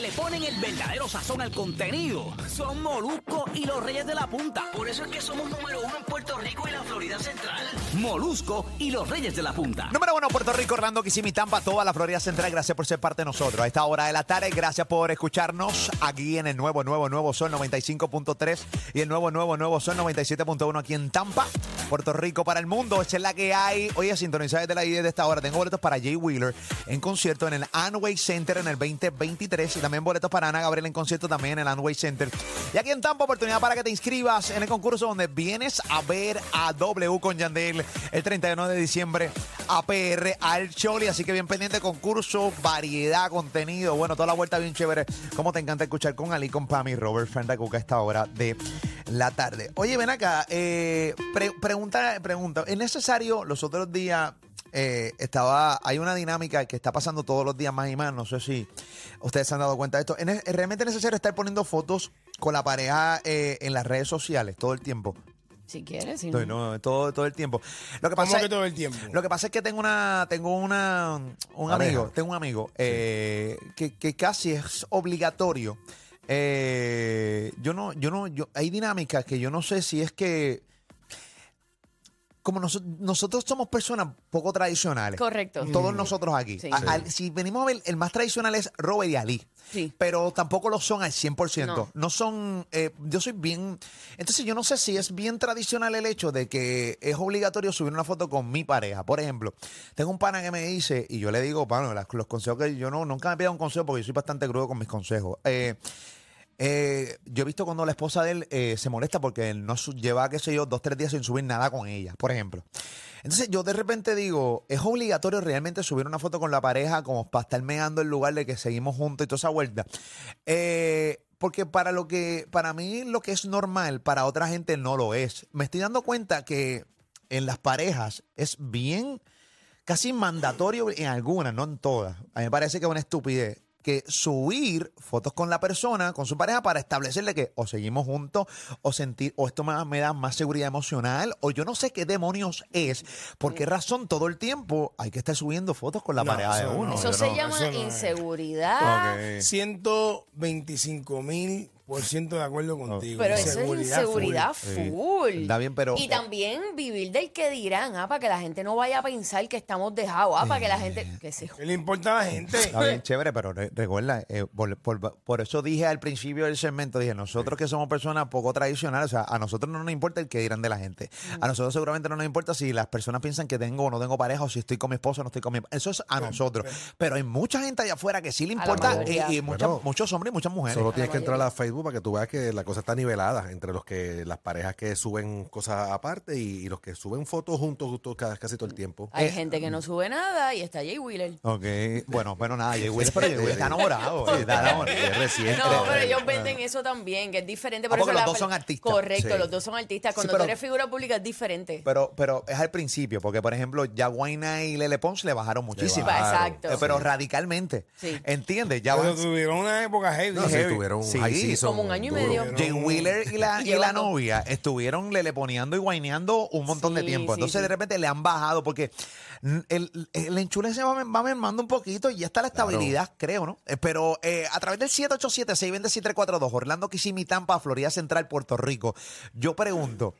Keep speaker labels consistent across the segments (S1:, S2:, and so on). S1: le ponen el verdadero sazón al contenido son Molusco y los Reyes de la Punta. Por eso es que somos número uno en Puerto Rico y la Florida Central. Molusco y los Reyes de la Punta.
S2: Número uno, Puerto Rico, Orlando, Kissimmee, Tampa, toda la Florida Central. Gracias por ser parte de nosotros. A esta hora de la tarde, gracias por escucharnos aquí en el nuevo, nuevo, nuevo Sol 95.3 y el nuevo, nuevo, nuevo Sol 97.1 aquí en Tampa, Puerto Rico, para el mundo. Esa es la que hay. Oye, sintonizar desde la 10 de esta hora. Tengo boletos para Jay Wheeler en concierto en el Anway Center en el 2023 y también boletos para Ana Gabriel en concierto también en el Anway Center. Y aquí en Tampa, oportunidad para que te inscribas en el concurso donde vienes a ver a W con Yandel el 31 de diciembre a PR al Choli. Así que bien pendiente concurso, variedad, contenido. Bueno, toda la vuelta bien chévere. Como te encanta escuchar con Ali, con Pami, Robert Fandacuca a esta hora de la tarde. Oye, ven acá. eh, pre- pregunta, pregunta. ¿Es necesario los otros días? eh, estaba, hay una dinámica que está pasando todos los días más y más. No sé si ustedes se han dado cuenta de esto. ¿Es ne- ¿Es realmente necesario estar poniendo fotos con la pareja eh, en las redes sociales todo el tiempo?
S3: Si quieres, si
S2: Estoy,
S3: no.
S2: no, todo, todo el tiempo. Lo que pasa
S4: ¿Cómo
S2: es,
S4: que todo el tiempo?
S2: Lo que pasa es que tengo una, tengo una, un
S4: Pareja.
S2: amigo, tengo un amigo eh, que, que casi es obligatorio. Eh, yo no, yo no, yo, hay dinámicas que yo no sé si es que como noso- nosotros somos personas poco tradicionales.
S3: Correcto.
S2: Todos nosotros aquí.
S3: Sí.
S2: A- al- si venimos a ver, el más tradicional es Robert y Ali.
S3: Sí.
S2: Pero tampoco lo son al 100%. No,
S3: No.
S2: son. eh, yo soy bien. Entonces, yo no sé si es bien tradicional el hecho de que es obligatorio subir una foto con mi pareja. Por ejemplo, tengo un pana que me dice, y yo le digo, pana, las- los consejos que yo no. Nunca me pida un consejo porque yo soy bastante crudo con mis consejos. Eh, eh, yo he visto cuando la esposa de él eh, se molesta porque él no su- lleva, qué sé yo, dos, tres días sin subir nada con ella, por ejemplo. Entonces yo de repente digo, ¿es obligatorio realmente subir una foto con la pareja como para estar meando el lugar de que seguimos juntos y toda esa vuelta? Eh, porque para lo que, para mí lo que es normal, para otra gente no lo es. Me estoy dando cuenta que en las parejas es bien casi mandatorio en algunas, no en todas. A mí me parece que es una estupidez que subir fotos con la persona, con su pareja, para establecerle que o seguimos juntos, o sentir, o esto me, me da más seguridad emocional, o yo no sé qué demonios es, por qué razón todo el tiempo hay que estar subiendo fotos con la
S4: No,
S2: pareja de
S4: eso no,
S2: uno.
S3: Eso
S4: yo
S3: se
S4: no,
S3: llama
S4: eso no es.
S3: inseguridad.
S4: 125 mil por ciento de acuerdo contigo.
S3: Pero eso es
S4: Seguridad
S3: inseguridad full.
S2: Está bien, pero- eh,
S3: Y también vivir del que dirán, ah, para que la gente no vaya a pensar que estamos dejados, ah, para que la gente...
S2: Eh,
S3: Que se
S4: full.
S3: jo-
S4: ¿Qué le importa a la gente?
S2: Está bien chévere, pero re- recuerda, eh, por, por- por eso dije al principio del segmento, dije, nosotros que somos personas poco tradicionales, o sea, a nosotros no nos importa el que dirán de la gente. A nosotros seguramente no nos importa si las personas piensan que tengo o no tengo pareja, o si estoy con mi esposo o no estoy con mi Eso es a nosotros. Pero hay mucha gente allá afuera que sí le
S3: A la
S2: importa, eh,
S3: mayoría.
S2: y, mucha-
S5: Bueno.
S2: muchos hombres y muchas mujeres.
S5: Solo tienes que entrar a Facebook para que tú veas que la cosa está nivelada entre los que las parejas que suben cosas aparte y, y los que suben fotos juntos, juntos cada, casi todo el
S2: eh,
S5: tiempo.
S3: Hay gente que no sube nada y está Jay Wheeler.
S2: Ok, bueno, pero nada, Jay Will, pero Jay Will está enamorado. eh, está enamorado.
S5: Es reciente.
S3: No, pero ellos venden eso también, que es diferente. Por
S2: eh, Ah, porque los
S3: eso la
S2: dos
S3: per-
S2: son artistas.
S3: Correcto,
S5: Sí.
S3: los dos son artistas. Cuando
S2: pero-
S3: tú eres figura pública es diferente.
S2: Pero, pero es al principio, porque por ejemplo, ya Guayna y Lele Pons le bajaron muchísimo.
S3: bajaron. Exacto.
S2: Eh, Pero radicalmente.
S3: Sí.
S2: ¿Entiendes? Ya
S4: Pero
S2: van-
S4: tuvieron una época heavy.
S5: No, sí,
S4: heavy.
S5: tuvieron un
S2: Sí.
S5: high season
S3: Como un año y
S5: duro.
S3: medio.
S4: Pero-
S2: Jay Wheeler y la,
S3: Y
S2: y la
S3: llevando.
S2: novia estuvieron leleponeando y guaineando un montón de
S3: Sí,
S2: tiempo.
S3: sí,
S2: Entonces
S3: sí.
S2: de repente le han bajado porque mm, el, el enchule se va, va mermando un poquito y ya está la estabilidad, creo, ¿no? Eh, Pero eh, a través del 787-620-7342, Orlando Kissimmee, Tampa, Florida Central, Puerto Rico, yo pregunto,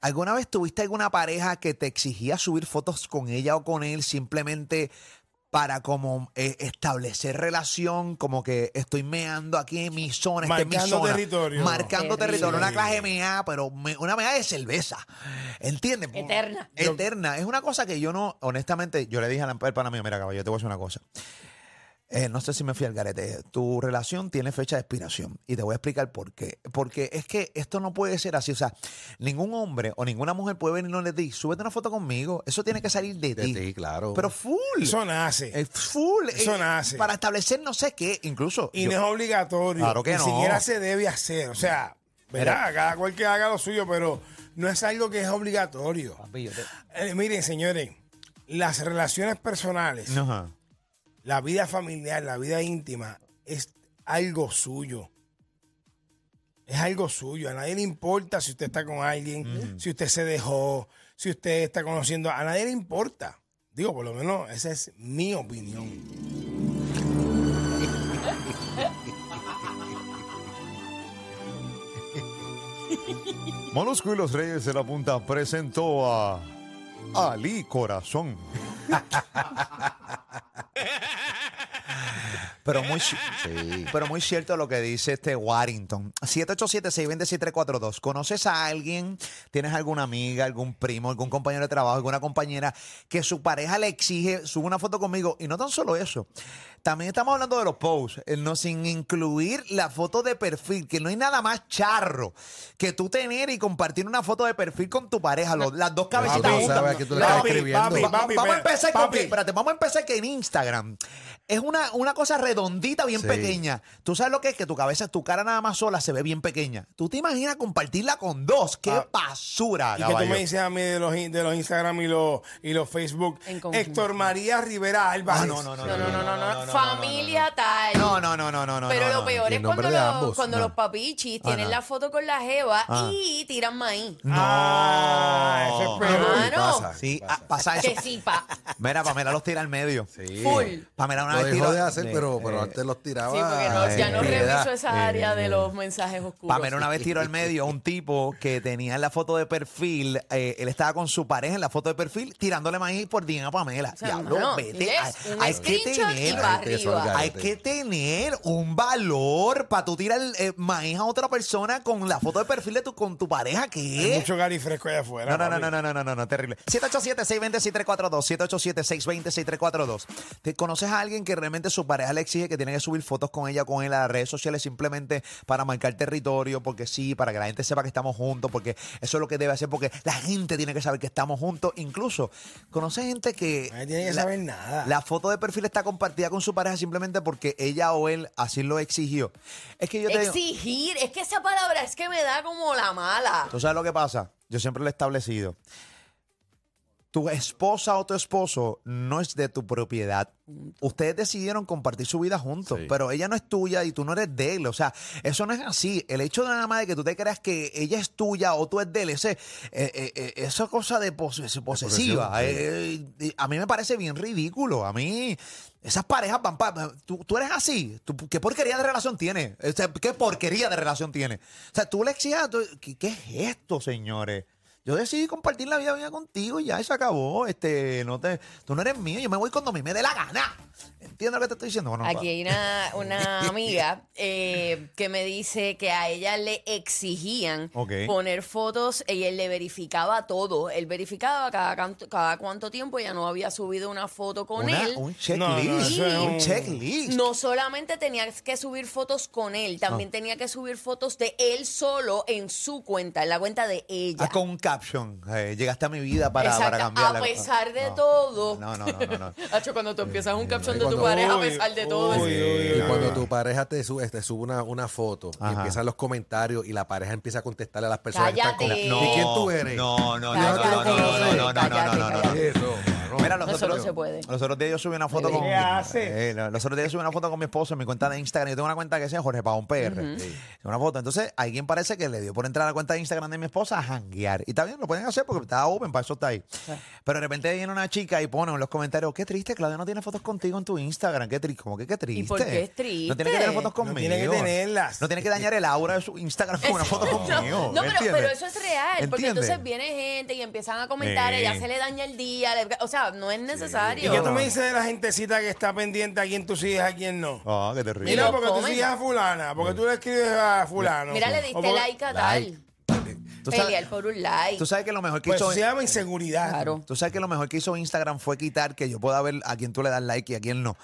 S2: ¿alguna vez tuviste alguna pareja que te exigía subir fotos con ella o con él simplemente para como eh, establecer relación, como que estoy meando aquí en mi zona, esta es mi
S4: Marcando
S2: zona.
S4: territorio.
S2: Marcando
S3: Terrible.
S2: territorio. Una clase mea, pero me- una mea de cerveza. ¿Entiendes?
S3: Eterna.
S2: Eterna. Es una cosa que yo no, honestamente, yo le dije a la- al pana mío, mira caballo, yo te voy a decir una cosa. eh, no sé si me fui al garete. Tu relación tiene fecha de expiración. Y te voy a explicar por qué. Porque es que esto no puede ser así. O sea, ningún hombre o ninguna mujer puede venir y no le di, súbete una foto conmigo. Eso tiene que salir de,
S5: De ti, claro.
S2: Pero full.
S4: Eso nace.
S2: Es full.
S4: Eso
S2: eh,
S4: nace.
S2: Para establecer no sé qué, incluso.
S4: y
S2: yo-
S4: no es obligatorio.
S2: Claro que
S4: Ni
S2: no.
S4: siquiera se debe hacer. O sea, verá, cada cual que haga lo suyo, pero no es algo que es obligatorio.
S2: Ah.
S1: Papi, yo te-
S4: Eh, miren, señores, las relaciones personales,
S2: Ajá.
S4: la vida familiar, la vida íntima, es algo suyo. Es algo suyo. A nadie le importa si usted está con alguien, si usted se dejó, si usted está conociendo. A nadie le importa. Digo, por lo menos esa es mi opinión.
S2: Molusco y los Reyes de la Punta presentó a Ali Corazón. Pero muy, ci- pero muy cierto lo que dice este Warrington. 787-620-6342. ¿Conoces a alguien? ¿Tienes alguna amiga, algún primo, algún compañero de trabajo, alguna compañera que su pareja le exige, sube una foto conmigo? Y no tan solo eso. También estamos hablando de los posts, eh, no sin incluir la foto de perfil, que no hay nada más charro que tú tener y compartir una foto de perfil con tu pareja, los- las dos
S5: Papi,
S2: cabecitas
S5: tú
S2: juntas.
S5: sabes que tú le
S2: Papi,
S5: estás escribiendo.
S4: papi,
S2: Va-
S4: papi,
S2: vamos a
S4: espera,
S2: empezar
S4: papi.
S2: con que- espérate, vamos a empezar que en Instagram es una, una cosa redondita bien
S5: Sí.
S2: pequeña. Tú sabes lo que es que tu cabeza, tu cara nada más sola se ve bien pequeña. Tú te imaginas compartirla con dos. ¡Qué
S4: Ah.
S2: basura,
S4: Y que tú
S2: caballo!
S4: me dices a mí de los, in- de los Instagram y los, y los Facebook.
S3: En conjunto.
S4: Héctor María Rivera Álvarez.
S2: Ah, no, no, no, no,
S3: No, no, no, no,
S2: no,
S3: no. Familia tal.
S2: No, no, no, no, no, no.
S3: Pero
S2: no,
S3: lo
S2: no.
S3: peor
S5: Y
S3: es
S5: en nombre
S3: cuando,
S5: de
S3: los-
S5: ambos,
S3: cuando
S5: no.
S3: los papichis tienen
S2: Ah, no.
S3: la foto con la jeva
S2: Ah.
S3: y tiran maíz.
S2: No.
S4: Ah, eso es peor.
S3: Ah, no.
S5: Pasa,
S2: Sí,
S5: pasa.
S2: ah, pasa eso.
S3: Que sí, pa.
S2: Mira, Pamela los tira al medio.
S5: Sí.
S3: Full.
S2: Pamela una
S5: Lo
S2: vez
S5: dejó
S2: tiró-
S5: de hacer, pero, pero
S2: Eh,
S5: antes los tiraba.
S3: Sí, porque no- ya no
S5: en
S3: reviso
S5: piedad.
S3: esa área de los mensajes oscuros.
S2: Pamela eh. una vez tiró al medio a un tipo que tenía en la foto de perfil, eh, él estaba con su pareja en la foto de perfil, tirándole maíz por bien a Pamela.
S3: O sea,
S2: Diablo,
S3: no,
S2: vete.
S3: dile,
S2: Hay,
S3: un
S2: hay que
S3: screenshot y
S2: tener,
S3: pa'
S5: Gente, eso es
S3: arriba.
S5: algo-
S2: hay que tener un valor para tú tirar eh, maíz a otra persona con la foto de perfil de tu, con tu pareja,
S4: Hay
S2: ¿qué?
S4: mucho gari fresco allá afuera.
S2: ¿Eh? No, no, no,
S4: papi.
S2: no, no, no, no, no, no, terrible. 787-620-6342, 787-620-6342. ¿Te conoces a alguien que realmente su pareja le exige que tiene que subir fotos con ella, con él a las redes sociales simplemente para marcar territorio? Porque sí, para que la gente sepa que estamos juntos, porque eso es lo que debe hacer, porque la gente tiene que saber que estamos juntos. Incluso, ¿conoces gente que...
S4: Nadie tiene que
S2: la-
S4: saber nada.
S2: La foto de perfil está compartida con su pareja simplemente porque ella o él así lo exigió. Es que yo te digo...
S3: Exigir, es que esa palabra es que me da como la mala.
S2: ¿Tú sabes lo que pasa? Yo siempre lo he establecido. Tu esposa o tu esposo no es de tu propiedad. Ustedes decidieron compartir su vida juntos,
S5: Sí.
S2: pero ella no es tuya y tú no eres de él. O sea, eso no es así. El hecho de nada más de que tú te creas que ella es tuya o tú eres de él, ese, eh, eh, eh, esa cosa de pose- posesiva,
S5: sí.
S2: eh, eh, a mí me parece bien ridículo. A mí, esas parejas van para... Tú, tú eres así. ¿Tú- ¿Qué porquería de relación tienes? O sea, ¿Qué porquería de relación tienes? O sea, tú le exiges... a tu- ¿Qué, qué es esto, señores? Yo decidí compartir la vida mía contigo y ya y se acabó. Este, no te, tú no eres mío, yo me voy cuando a mí me dé la gana. ¿Entiendes lo que te estoy diciendo? Bueno,
S3: Aquí hay una, una amiga eh, que me dice que a ella le exigían
S2: Ok.
S3: poner fotos y él le verificaba todo. Él verificaba cada, canto- cada cuánto tiempo ella no había subido una foto con
S2: una-
S3: él.
S2: Un
S4: No, no,
S2: checklist.
S4: eso es
S2: un,
S4: un-
S2: checklist.
S3: No solamente tenía que subir fotos con él,
S2: Ah.
S3: también tenía que subir fotos de él solo en su cuenta, en la cuenta de ella.
S2: Ah, con un caption. eh, llegaste a mi vida para,
S3: Exacto,
S2: para cambiarla.
S3: a pesar de
S2: No,
S3: todo.
S2: No, no, no, no. no.
S3: Hacho, cuando tú empiezas un caption de tu
S5: cuando-
S3: pareja a
S4: Uy,
S3: pesar de todo.
S4: uy, uy, uy,
S5: Y cuando
S4: uy.
S5: tu pareja te sube, te sube una, una foto
S2: Ajá.
S5: y empiezan los comentarios y la pareja empieza a contestarle a las personas que
S3: Cállate.
S5: están
S3: No,
S5: ¿Y quién tú eres?
S2: No, no, no,
S3: Cállate,
S2: no, no, no,
S3: cállate,
S2: no, no, no, no, no, no, no.
S3: cállate.
S5: Eso, mano.
S2: Mira, los
S3: No, eso
S2: otros-
S3: no se puede.
S2: Los otros días yo subí una foto
S3: ¿Qué
S2: con.
S4: hace?
S2: Eh, lo- los otros días yo subí una foto con mi esposo en mi cuenta de Instagram. Yo tengo una cuenta que sea Jorge Pavón PR. Sí. Una foto. Entonces, alguien parece que le dio por entrar a la cuenta de Instagram de mi esposa a janguear. Y está bien, lo pueden hacer porque está open, para eso está ahí. Pero de repente viene una chica y pone en los comentarios: Qué triste, Claudia no tiene fotos contigo en tu Instagram. Qué triste. Como que qué triste.
S3: por qué es triste?
S2: No tiene que tener fotos
S4: No
S2: conmigo.
S4: tiene que tenerlas.
S2: No tiene que dañar el aura de su Instagram con una foto conmigo.
S3: No, no,
S2: ¿me
S3: pero, pero
S2: entiendes?
S3: eso es real, porque
S2: ¿Entiendes?
S3: entonces viene gente y empiezan a comentar,
S2: Sí.
S3: ella se le daña el día, le- o sea, no es
S4: ¿Y
S3: necesario.
S4: qué tú me dices de la gentecita que está pendiente a quién tú sigues, a quién no?
S2: Ah, qué terrible.
S4: Mira,
S3: lo
S4: porque tú
S3: comen.
S4: sigues a fulana, porque tú le escribes a fulano.
S3: Mira, le
S4: O
S3: diste
S4: por-
S3: like a tal.
S2: Tú sabes-
S3: Pelear por un like.
S2: Tú sabes que lo mejor que
S4: Pues
S2: hizo.
S4: eso se llama inseguridad.
S3: Claro.
S2: Tú sabes que lo mejor que hizo Instagram fue quitar que yo pueda ver a quién tú le das like y a quién no.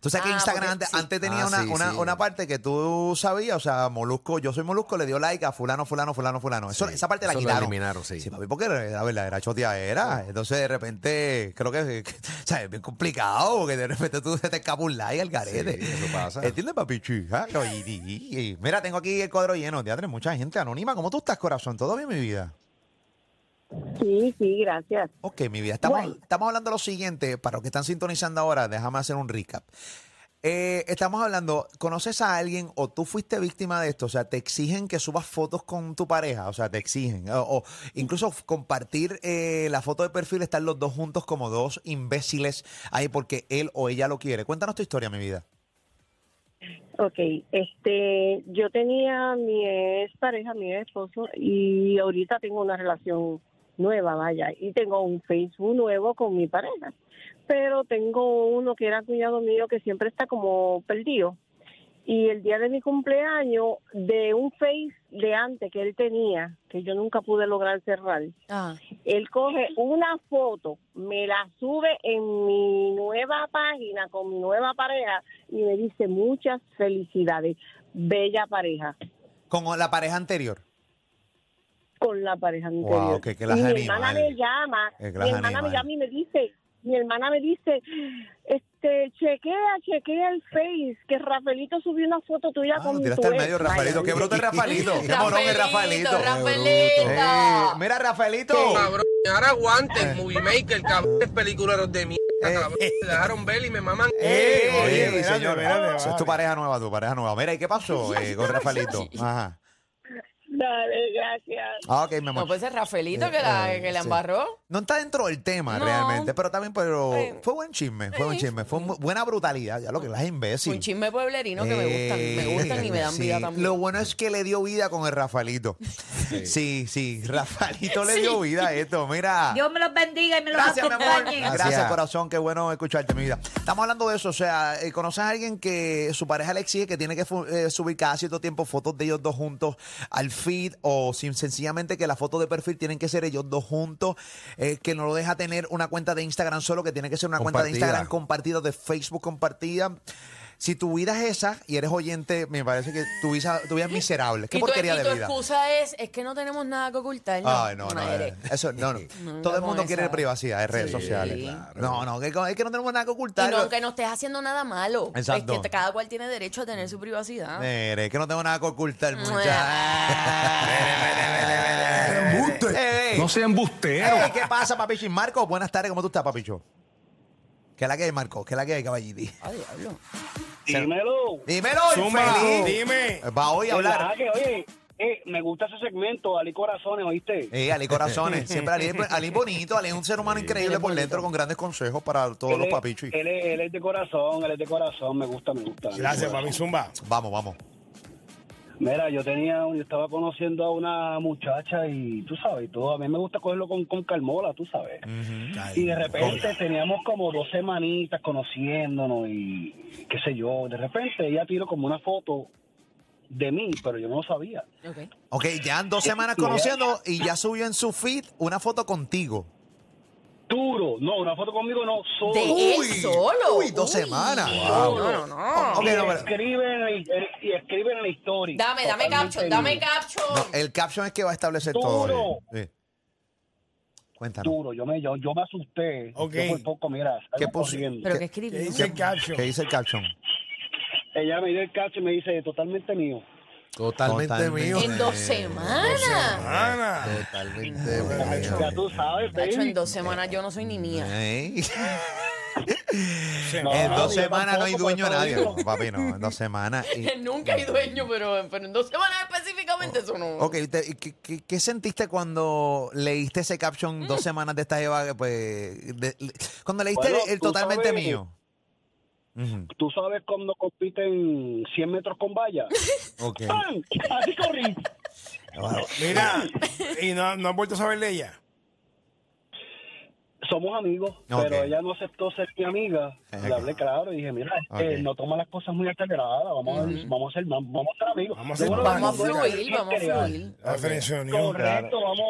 S2: Tú sabes que
S3: Ah,
S2: Instagram
S3: porque-
S2: antes,
S3: sí.
S2: antes tenía
S5: Ah,
S2: una,
S5: sí,
S2: una,
S5: sí.
S2: una parte que tú sabías, o sea, Molusco, yo soy Molusco, le dio like a fulano, fulano, fulano, fulano. Eso,
S5: Sí,
S2: esa parte la
S5: eso lo
S2: quitaron.
S5: eliminaron, sí.
S2: papi, porque la verdad era choteadera. Entonces, de repente, creo que, que- o sea, es bien complicado, porque de repente tú se te escapa un like al garete.
S5: Sí, eso pasa.
S2: ¿Entiendes, papi? Chija, lo- y- y- y- Mira, tengo aquí el cuadro lleno. Teatro, mucha gente anónima. ¿Cómo tú estás, corazón? ¿Todo bien, mi vida?
S6: Sí, sí, gracias.
S2: Ok, mi vida. Estamos,
S6: Bueno.
S2: estamos hablando de lo siguiente, para los que están sintonizando ahora, déjame hacer un recap. Eh, estamos hablando, ¿conoces a alguien o tú fuiste víctima de esto? O sea, te exigen que subas fotos con tu pareja, o sea, te exigen. O, o incluso f- compartir eh, la foto de perfil, estar los dos juntos como dos imbéciles ahí porque él o ella lo quiere. Cuéntanos tu historia, mi vida.
S6: Ok, este, yo tenía mi ex pareja, mi ex esposo, y ahorita tengo una relación nueva, vaya, y tengo un Facebook nuevo con mi pareja, pero tengo uno que era cuñado mío que siempre está como perdido. Y el día de mi cumpleaños, de un Face de antes que él tenía, que yo nunca pude lograr cerrar,
S3: Ah,
S6: Él coge una foto, me la sube en mi nueva página con mi nueva pareja y me dice muchas felicidades, bella pareja,
S2: Con la pareja anterior.
S6: con la pareja anterior.
S2: Wow, que- que las
S6: y mi
S2: animales.
S6: hermana me llama,
S2: Que las eh.
S6: mi hermana me
S2: animales.
S6: llama y me dice, mi hermana me dice, este, chequea, chequea el Face, que Rafaelito subió una foto tuya
S2: Ah,
S6: con
S2: lo
S6: tu
S2: tiraste al
S6: ex".
S2: medio,
S6: Vaya,
S2: Rafaelito. Qué bruto el Rafaelito. Qué morón el Rafaelito.
S3: Rafaelito, Rafaelito.
S2: Eh, mira, Rafaelito. Eh.
S7: Cabrón, ahora aguanten, Movie Maker, cabrones peliculeros de mierda, cabrón. Me dejaron ver y me maman. Eh,
S2: ¡Ey,
S4: Ey,
S2: Eh. oye,
S4: espérate,
S2: señor!
S4: espérate,
S2: Esa es tu
S4: vale.
S2: pareja nueva, tu pareja nueva. Mira, ¿y qué pasó eh, con Rafaelito? Ajá.
S6: Dale, gracias.
S2: Ah, ok, mi amor.
S3: no pues.
S2: No,
S3: puede ser Rafaelito que la, que la
S2: sí.
S3: embarró.
S2: está dentro del tema
S3: No.
S2: realmente, pero también pero
S3: Ay.
S2: fue buen chisme, fue buen chisme, fue mu- buena brutalidad, ya lo que las imbécil.
S3: Un chisme pueblerino que me gustan, me gustan y me dan
S2: Eh, Sí,
S3: vida también.
S2: Lo bueno es que le dio vida con el Rafaelito. Sí, sí, Rafaelito le dio vida a esto, mira.
S8: Dios me los bendiga y me los
S2: Gracias, mi amor.
S8: acompañe.
S2: Gracias.
S5: Gracias.
S2: corazón. Qué bueno escucharte, mi vida. Estamos hablando de eso. O sea, eh, conoces a alguien que su pareja le exige que tiene que fu- eh, subir cada cierto tiempo fotos de ellos dos juntos al feed o sin, sencillamente que la foto de perfil tienen que ser ellos dos juntos, eh, que no lo deja tener una cuenta de Instagram solo, que tiene que ser una cuenta de
S5: Compartida.
S2: Instagram compartida, de Facebook compartida. Si tu vida es esa y eres oyente, me parece que tu vida, tu vida es miserable. Qué
S3: y tu,
S2: porquería
S3: y
S2: de
S3: tu
S2: vida.
S3: excusa es, es que no tenemos nada que ocultar.
S2: Ay, no, no,
S3: Madre.
S2: eh, Eso, no, no.
S3: No,
S2: Todo el
S3: con
S2: mundo quiere
S3: esa-
S2: privacidad de redes
S3: Sí,
S2: sociales.
S5: claro.
S2: No, no, que, es que no tenemos nada que
S3: Y
S2: ocultar.
S3: no, que no estés haciendo nada malo.
S2: Exacto. Eh.
S3: Es que te- cada cual tiene derecho a tener su privacidad.
S2: Mire, que no tengo nada que ocultar,
S7: Embuste.
S2: muchachos.
S7: sea embustero.
S4: Eh,
S2: ¿Qué pasa, papichín? Marco, buenas tardes, ¿cómo tú estás, papicho? ¿Qué es la que hay, Marco? ¿Qué es la que hay, caballito?
S3: Ay, diablo.
S9: Dímelo.
S2: Dímelo,
S4: Zumba,
S2: infeliz.
S4: dime.
S2: Va hoy a hablar.
S9: Ah, que, oye, eh, me gusta ese segmento, Ali Corazones, ¿oíste?
S2: Eh, Ali Corazones, siempre Ali, Ali es bonito, Ali es un ser humano increíble por dentro con grandes consejos para todos
S9: Él
S2: los
S9: es-
S2: papichos.
S9: Él, es- él es de corazón, él es de corazón, me gusta, me gusta.
S4: Gracias, mami Zumba.
S2: Vamos, vamos.
S9: Mira, yo tenía, yo estaba conociendo a una muchacha y tú sabes, todo, a mí me gusta cogerlo con, con calmola, tú sabes. Y de repente teníamos como dos semanitas conociéndonos y qué sé yo, de repente ella tiró como una foto de mí, pero yo no lo sabía.
S3: Ok.
S2: Ok, ya en dos semanas conociendo y ya subió en su feed una foto contigo.
S9: Duro, no, una foto conmigo no, solo.
S3: De él solo.
S2: Uy, dos semanas. Wow.
S3: No, no, no.
S2: Ok,
S9: y,
S2: no, pero-
S9: escriben en la, hi- y escriben en la historia.
S3: Dame, dame
S9: Totalmente
S3: caption, dame
S9: libre.
S3: caption.
S2: No, eh, el caption es que va a establecer
S9: Duro.
S2: todo. eh. Sí. Cuéntanos.
S9: Duro, yo me, yo, yo me asusté.
S4: Ok.
S9: Yo por poco, mira, salgo
S2: ¿Qué puso?
S9: corriendo.
S3: Pero que
S4: ¿Qué
S3: escribió.
S4: dice el caption?
S2: ¿Qué dice el caption?
S9: Ella me dio el cacho y me dice, totalmente mío.
S5: Totalmente,
S2: Totalmente.
S5: mío.
S3: En dos semanas.
S4: Ana.
S5: Totalmente mío.
S9: Ya tú sabes,
S3: Tacho, en
S9: baby.
S3: dos semanas yo no soy ni mía.
S2: Ey.
S4: Sí,
S2: en
S9: no,
S2: dos
S9: yo
S2: semanas no hay
S9: tampoco,
S2: dueño
S9: pero
S2: nadie.
S9: está
S2: No, papi, no, en dos semanas. Y-
S3: Nunca hay dueño, pero, pero en dos semanas específicamente eso no.
S2: ok, te- ¿y ¿qué, qué, qué sentiste cuando leíste ese
S3: Mm.
S2: caption dos semanas de esta jeva? que, Pues, de- cuando leíste
S9: Bueno,
S2: el
S9: tú
S2: totalmente
S9: sabes-
S2: mío. Ujú,
S9: Tú sabes cuando compiten 100 metros con valla.
S2: ok.
S9: ¡Pam! Así corrí.
S2: Wow.
S4: Mira, y no, no has vuelto a saber de ella.
S9: somos amigos,
S2: Ok.
S9: pero ella no aceptó ser mi amiga.
S2: Ok.
S9: Le hablé claro y dije, mira, este,
S2: Ok.
S9: no toma las cosas muy aceleradas, vamos, a- vamos a ser, vamos a ser amigos.
S4: Vamos a
S9: Yo
S4: ser
S9: creo que
S3: Vamos a
S4: Vamos a
S9: nosotros
S3: fluir, vamos a
S9: tenemos que
S3: fluir.
S4: La Federación
S9: crear.
S4: Unión.
S9: Correcto, vamos.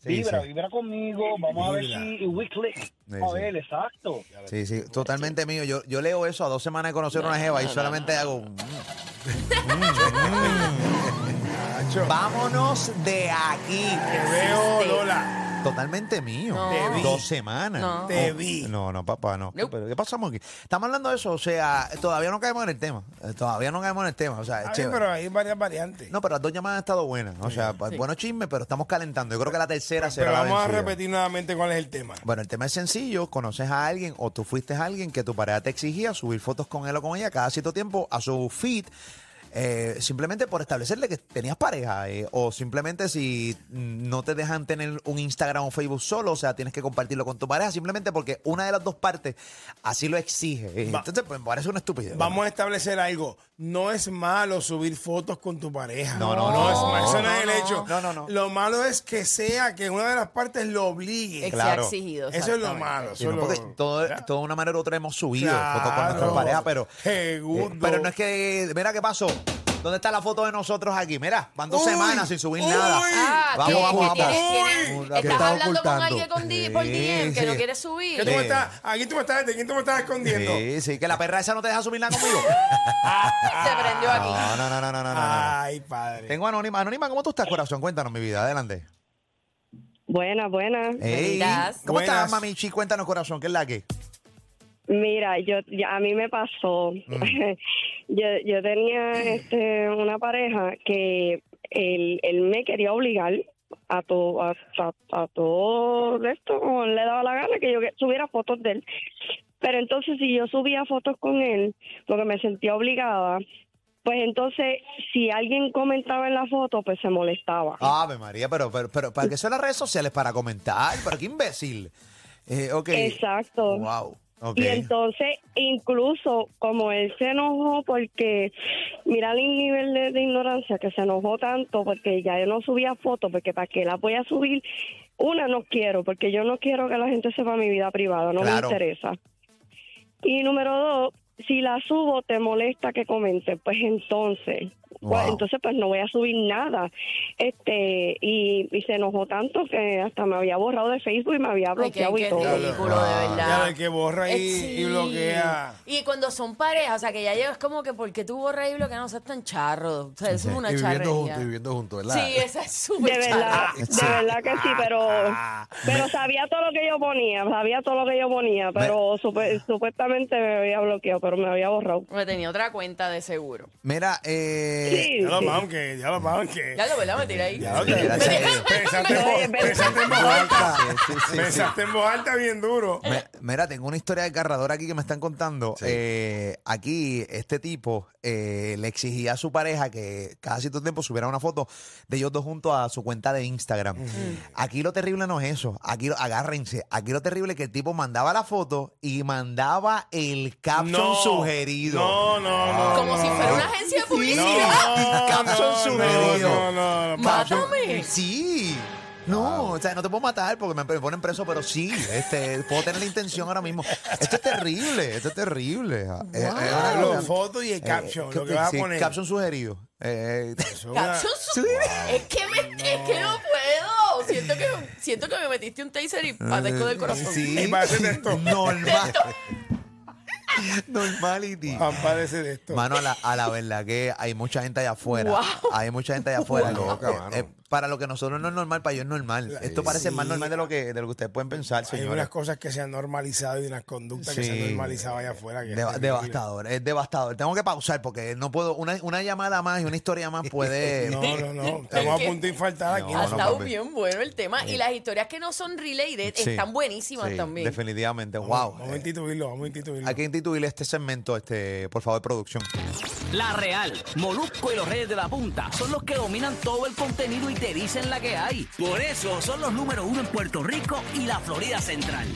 S2: Sí,
S9: vibra,
S2: sí.
S9: vibra conmigo, vamos a ver
S4: Vibra.
S9: si y we click. Vamos
S2: sí.
S9: a ver, exacto.
S2: Sí, sí, totalmente mío. Yo, yo leo eso a dos semanas de conocer una jeva y solamente hago. mm.
S4: Nacho,
S2: Vámonos de aquí.
S4: Te veo, Lola.
S2: Totalmente mío.
S3: No. Te
S4: vi.
S2: Dos semanas.
S3: No.
S4: Te
S2: Oh,
S4: vi.
S2: No, no, papá, no.
S3: Nope.
S2: Pero, ¿Qué pasamos aquí? Estamos hablando de eso, o sea, todavía no caemos en el tema. Eh, Todavía no caemos en el tema. O sea, es
S4: Ay,
S2: chévere.
S4: pero hay varias variantes.
S2: No, pero las dos llamadas han estado buenas. O sea, pa- buenos chismes, pero estamos calentando. Yo creo que la tercera será
S4: pero
S2: la
S4: vamos a
S2: vencida.
S4: repetir nuevamente cuál es el tema.
S2: Bueno, el tema es sencillo. Conoces a alguien o tú fuiste a alguien que tu pareja te exigía subir fotos con él o con ella cada cierto tiempo a su feed. eh, simplemente por establecerle que tenías pareja eh, o simplemente si mm, no te dejan tener un Instagram o Facebook solo, o sea, tienes que compartirlo con tu pareja simplemente porque una de las dos partes así lo exige. eh.
S4: Va-
S2: Entonces, pues me parece una estupidez.
S4: Vamos a establecer algo. No es malo subir fotos con tu pareja.
S2: No, no,
S4: no.
S2: no.
S4: es malo. Eso no,
S3: No,
S4: es el
S3: no.
S4: hecho.
S2: No, no, no.
S4: Lo malo es que sea que una de las partes lo obligue.
S3: Ex-
S2: Claro.
S3: exigido.
S4: Eso es lo
S3: exactamente.
S4: malo.
S2: Sí,
S4: eso
S2: no,
S4: es lo-
S2: porque todo, todo de una manera u otra hemos subido
S4: Claro.
S2: fotos con nuestra pareja, pero, eh,
S4: Seguro.
S2: pero no es que, mira qué pasó. ¿Dónde está la foto de nosotros aquí? Mira, van dos
S4: Uy,
S2: semanas sin subir
S4: uy.
S2: nada.
S3: Ah,
S2: vamos,
S3: que-
S2: vamos,
S3: que tienes-
S2: vamos.
S3: tienes-
S5: Uy, la que
S3: Estás
S5: estaba
S3: hablando con
S5: ocultando.
S3: alguien con di- por
S2: Sí,
S3: DM que no
S2: sí.
S3: quiere
S4: ¿Qué tú
S3: subir.
S4: me
S2: Eh.
S4: estás, aquí tú me estás, de quién tú me estás escondiendo.
S2: Sí, sí, que la perra esa no te deja subir nada conmigo.
S3: Se prendió aquí.
S2: No, no, no, no, no, no, no.
S4: Ay, padre.
S2: Tengo anónima. Anónima, ¿cómo tú estás, corazón? Cuéntanos, mi vida. Adelante.
S6: Buena, buena.
S2: Ey,
S3: Buenas.
S2: ¿Cómo estás,
S4: Buenas.
S2: mamichi? Cuéntanos, corazón, ¿qué es la que?
S6: Mira, yo ya- a mí me pasó. yo, yo tenía este, una pareja que él, él me quería obligar a todo a, a- a todo esto como le daba la gana que yo que- subiera fotos de él. Pero entonces si yo subía fotos con él, porque me sentía obligada, pues entonces si alguien comentaba en la foto, pues se molestaba.
S2: Ave María, pero, pero, pero ¿para qué son las redes sociales? Para comentar, pero qué imbécil. Eh, ok.
S6: Exacto.
S2: Wow. Ok.
S6: Y entonces, incluso como él se enojó porque, mira el nivel de, de ignorancia, que se enojó tanto porque ya yo no subía fotos, porque para qué las voy a subir. Una, no quiero, porque yo no quiero que la gente sepa mi vida privada, no
S2: Claro.
S6: me interesa. Y número dos, si la subo te molesta que comente, pues entonces, pues,
S2: Wow.
S6: entonces pues no voy a subir nada. Este y, y se enojó tanto que hasta me había borrado de Facebook y me había
S3: Ay, qué,
S6: bloqueado y
S3: qué
S6: todo.
S3: ridículo, de
S2: Ah.
S3: verdad.
S4: Ya, el que borra y,
S3: Eh, sí.
S4: y bloquea.
S3: Y cuando son parejas, o sea, que ya llevas como que, ¿por qué tú borras y bloqueas? No seas tan charro. O sea, eso es una
S5: y viviendo
S3: charrería.
S5: juntos, y viviendo juntos, ¿verdad?
S3: Sí, esa es
S6: De
S3: súper
S6: verdad,
S3: charra.
S6: de verdad que sí, pero pero sabía todo lo que yo ponía, sabía todo lo que yo ponía, pero supe- supuestamente me había bloqueado, pero me había borrado.
S3: Me tenía otra cuenta de seguro.
S2: Mira, eh,
S6: Sí,
S4: Ya lo
S6: sí.
S4: pagan que, ya lo pagan que.
S3: Ya lo ¿verdad? Me tiré ahí.
S4: Ya lo Pensaste en
S6: Oye,
S4: voz-
S6: pero-
S4: pensaste en voz alta.
S2: Sí, sí, sí,
S4: Pensaste en voz alta bien duro.
S2: Me- mira, tengo una historia desgarradora aquí que me están contando. Eh, aquí, este tipo eh, le exigía a su pareja que cada cierto tiempo subiera una foto de ellos dos juntos a su cuenta de Instagram. Aquí lo terrible no es eso. Aquí, lo- agárrense. Aquí lo terrible es que el tipo mandaba la foto y mandaba el caption sugerido. Ah.
S4: No, no, no.
S3: Como
S4: no,
S3: si fuera
S4: no.
S3: una agencia de
S4: No,
S3: publicidad.
S4: no,
S2: Caption
S4: no,
S2: sugerido.
S4: No, no, no.
S2: Caption-
S3: ¡Mátame!
S2: Sí. No, o sea, no te puedo matar porque me me ponen preso, pero sí, este, puedo tener la intención ahora mismo. Esto es terrible, esto es terrible. Eh, eh, ahora
S4: Ah,
S2: lo-
S4: Los fotos y el
S2: eh,
S4: caption, lo
S2: cap-
S4: que vas a
S2: sí,
S4: poner.
S2: Caption sugerido. Eh,
S4: Eso es una-
S3: Cacho, su- Es que me, es que no puedo. Siento que, siento que me metiste un taser y padezco del corazón.
S2: sí,
S4: Y va a ser de esto.
S2: normal. Normality.
S4: Papá de ese de esto.
S2: Mano, a la, a la verdad que hay mucha gente allá afuera.
S3: Wow.
S2: Hay mucha gente allá afuera.
S5: Wow.
S2: que,
S5: Loca,
S2: eh,
S5: mano.
S2: eh, para lo que nosotros no es normal, para ellos es normal. Esto parece más normal de lo que, de lo que ustedes pueden pensar,
S4: Hay
S2: señores.
S4: unas cosas que se han normalizado y unas conductas que se
S2: Sí.
S4: han normalizado allá afuera. que es
S2: Deva-
S4: terrible.
S2: devastador, es devastador. Tengo que pausar porque no puedo. Una, una llamada más y una historia más puede.
S4: No, no, no. Estamos a punto de infartar aquí.
S2: No,
S3: Ha
S2: no,
S3: estado
S2: papi.
S3: bien bueno el tema. Y las historias que no son related
S2: Sí.
S3: están buenísimas
S2: Sí,
S3: también.
S2: Definitivamente, wow. Eh,
S4: Vamos a instituirlo, vamos a instituirlo.
S2: Hay que intitular este segmento, este, por favor, producción.
S1: La Real, Molusco y los Reyes de la Punta son los que dominan todo el contenido y te dicen la que hay. Por eso son los número uno en Puerto Rico y la Florida Central.